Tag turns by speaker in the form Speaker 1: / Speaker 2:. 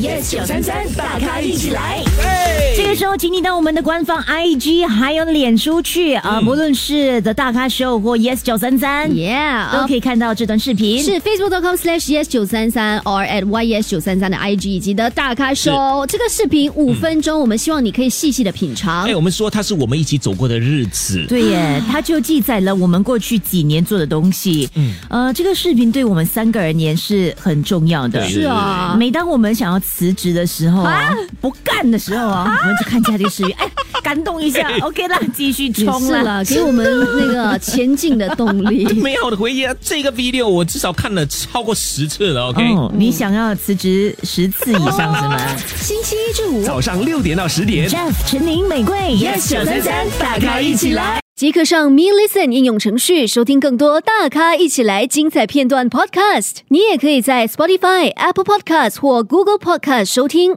Speaker 1: yes 九三三，大咖一起来。
Speaker 2: 这个时候，请你到我们的官方 IG 还有脸书去啊、不论是 The 大咖 Show 或 Yes 九三三，
Speaker 1: 嗯 Yeah，
Speaker 2: 都可以看到这段视频。
Speaker 1: 是 facebook.com/slash yes 九三三 or at yes 九三三的 IG 以及的大咖 show 这个视频五分钟，我们希望你可以细细的品尝
Speaker 3: 哎，。我们说它是我们一起走过的日子，
Speaker 2: 对
Speaker 1: 啊
Speaker 2: 耶，它就记载了我们过去几年做的东西。嗯，呃，这个视频对我们三个而言是很重要的。
Speaker 3: 对
Speaker 1: 是啊，
Speaker 2: 每当我们想要辞职的时候啊，不干的时候啊，我们就看一下这个 视频，哎，感动一下，OK 啦，继续
Speaker 1: 也
Speaker 2: 冲
Speaker 1: 是
Speaker 2: 啦。
Speaker 1: 了，给我们那个前进的动力。
Speaker 3: 美好的回忆啊！这个 video 我至少看了超过十次了，OK。
Speaker 2: 哦，
Speaker 1: 嗯
Speaker 2: 你想要辞职十次以上是吗
Speaker 1: 星期一至五
Speaker 4: 早上六点到十点。
Speaker 2: ？Jeff、陈宁、玫瑰，Yes 九三三，大咖一起来。
Speaker 1: 即刻上 Me Listen 应用程序收听更多大咖一起来精彩片段 Podcast。你也可以在 Spotify、Apple Podcast 或 Google Podcast 收听。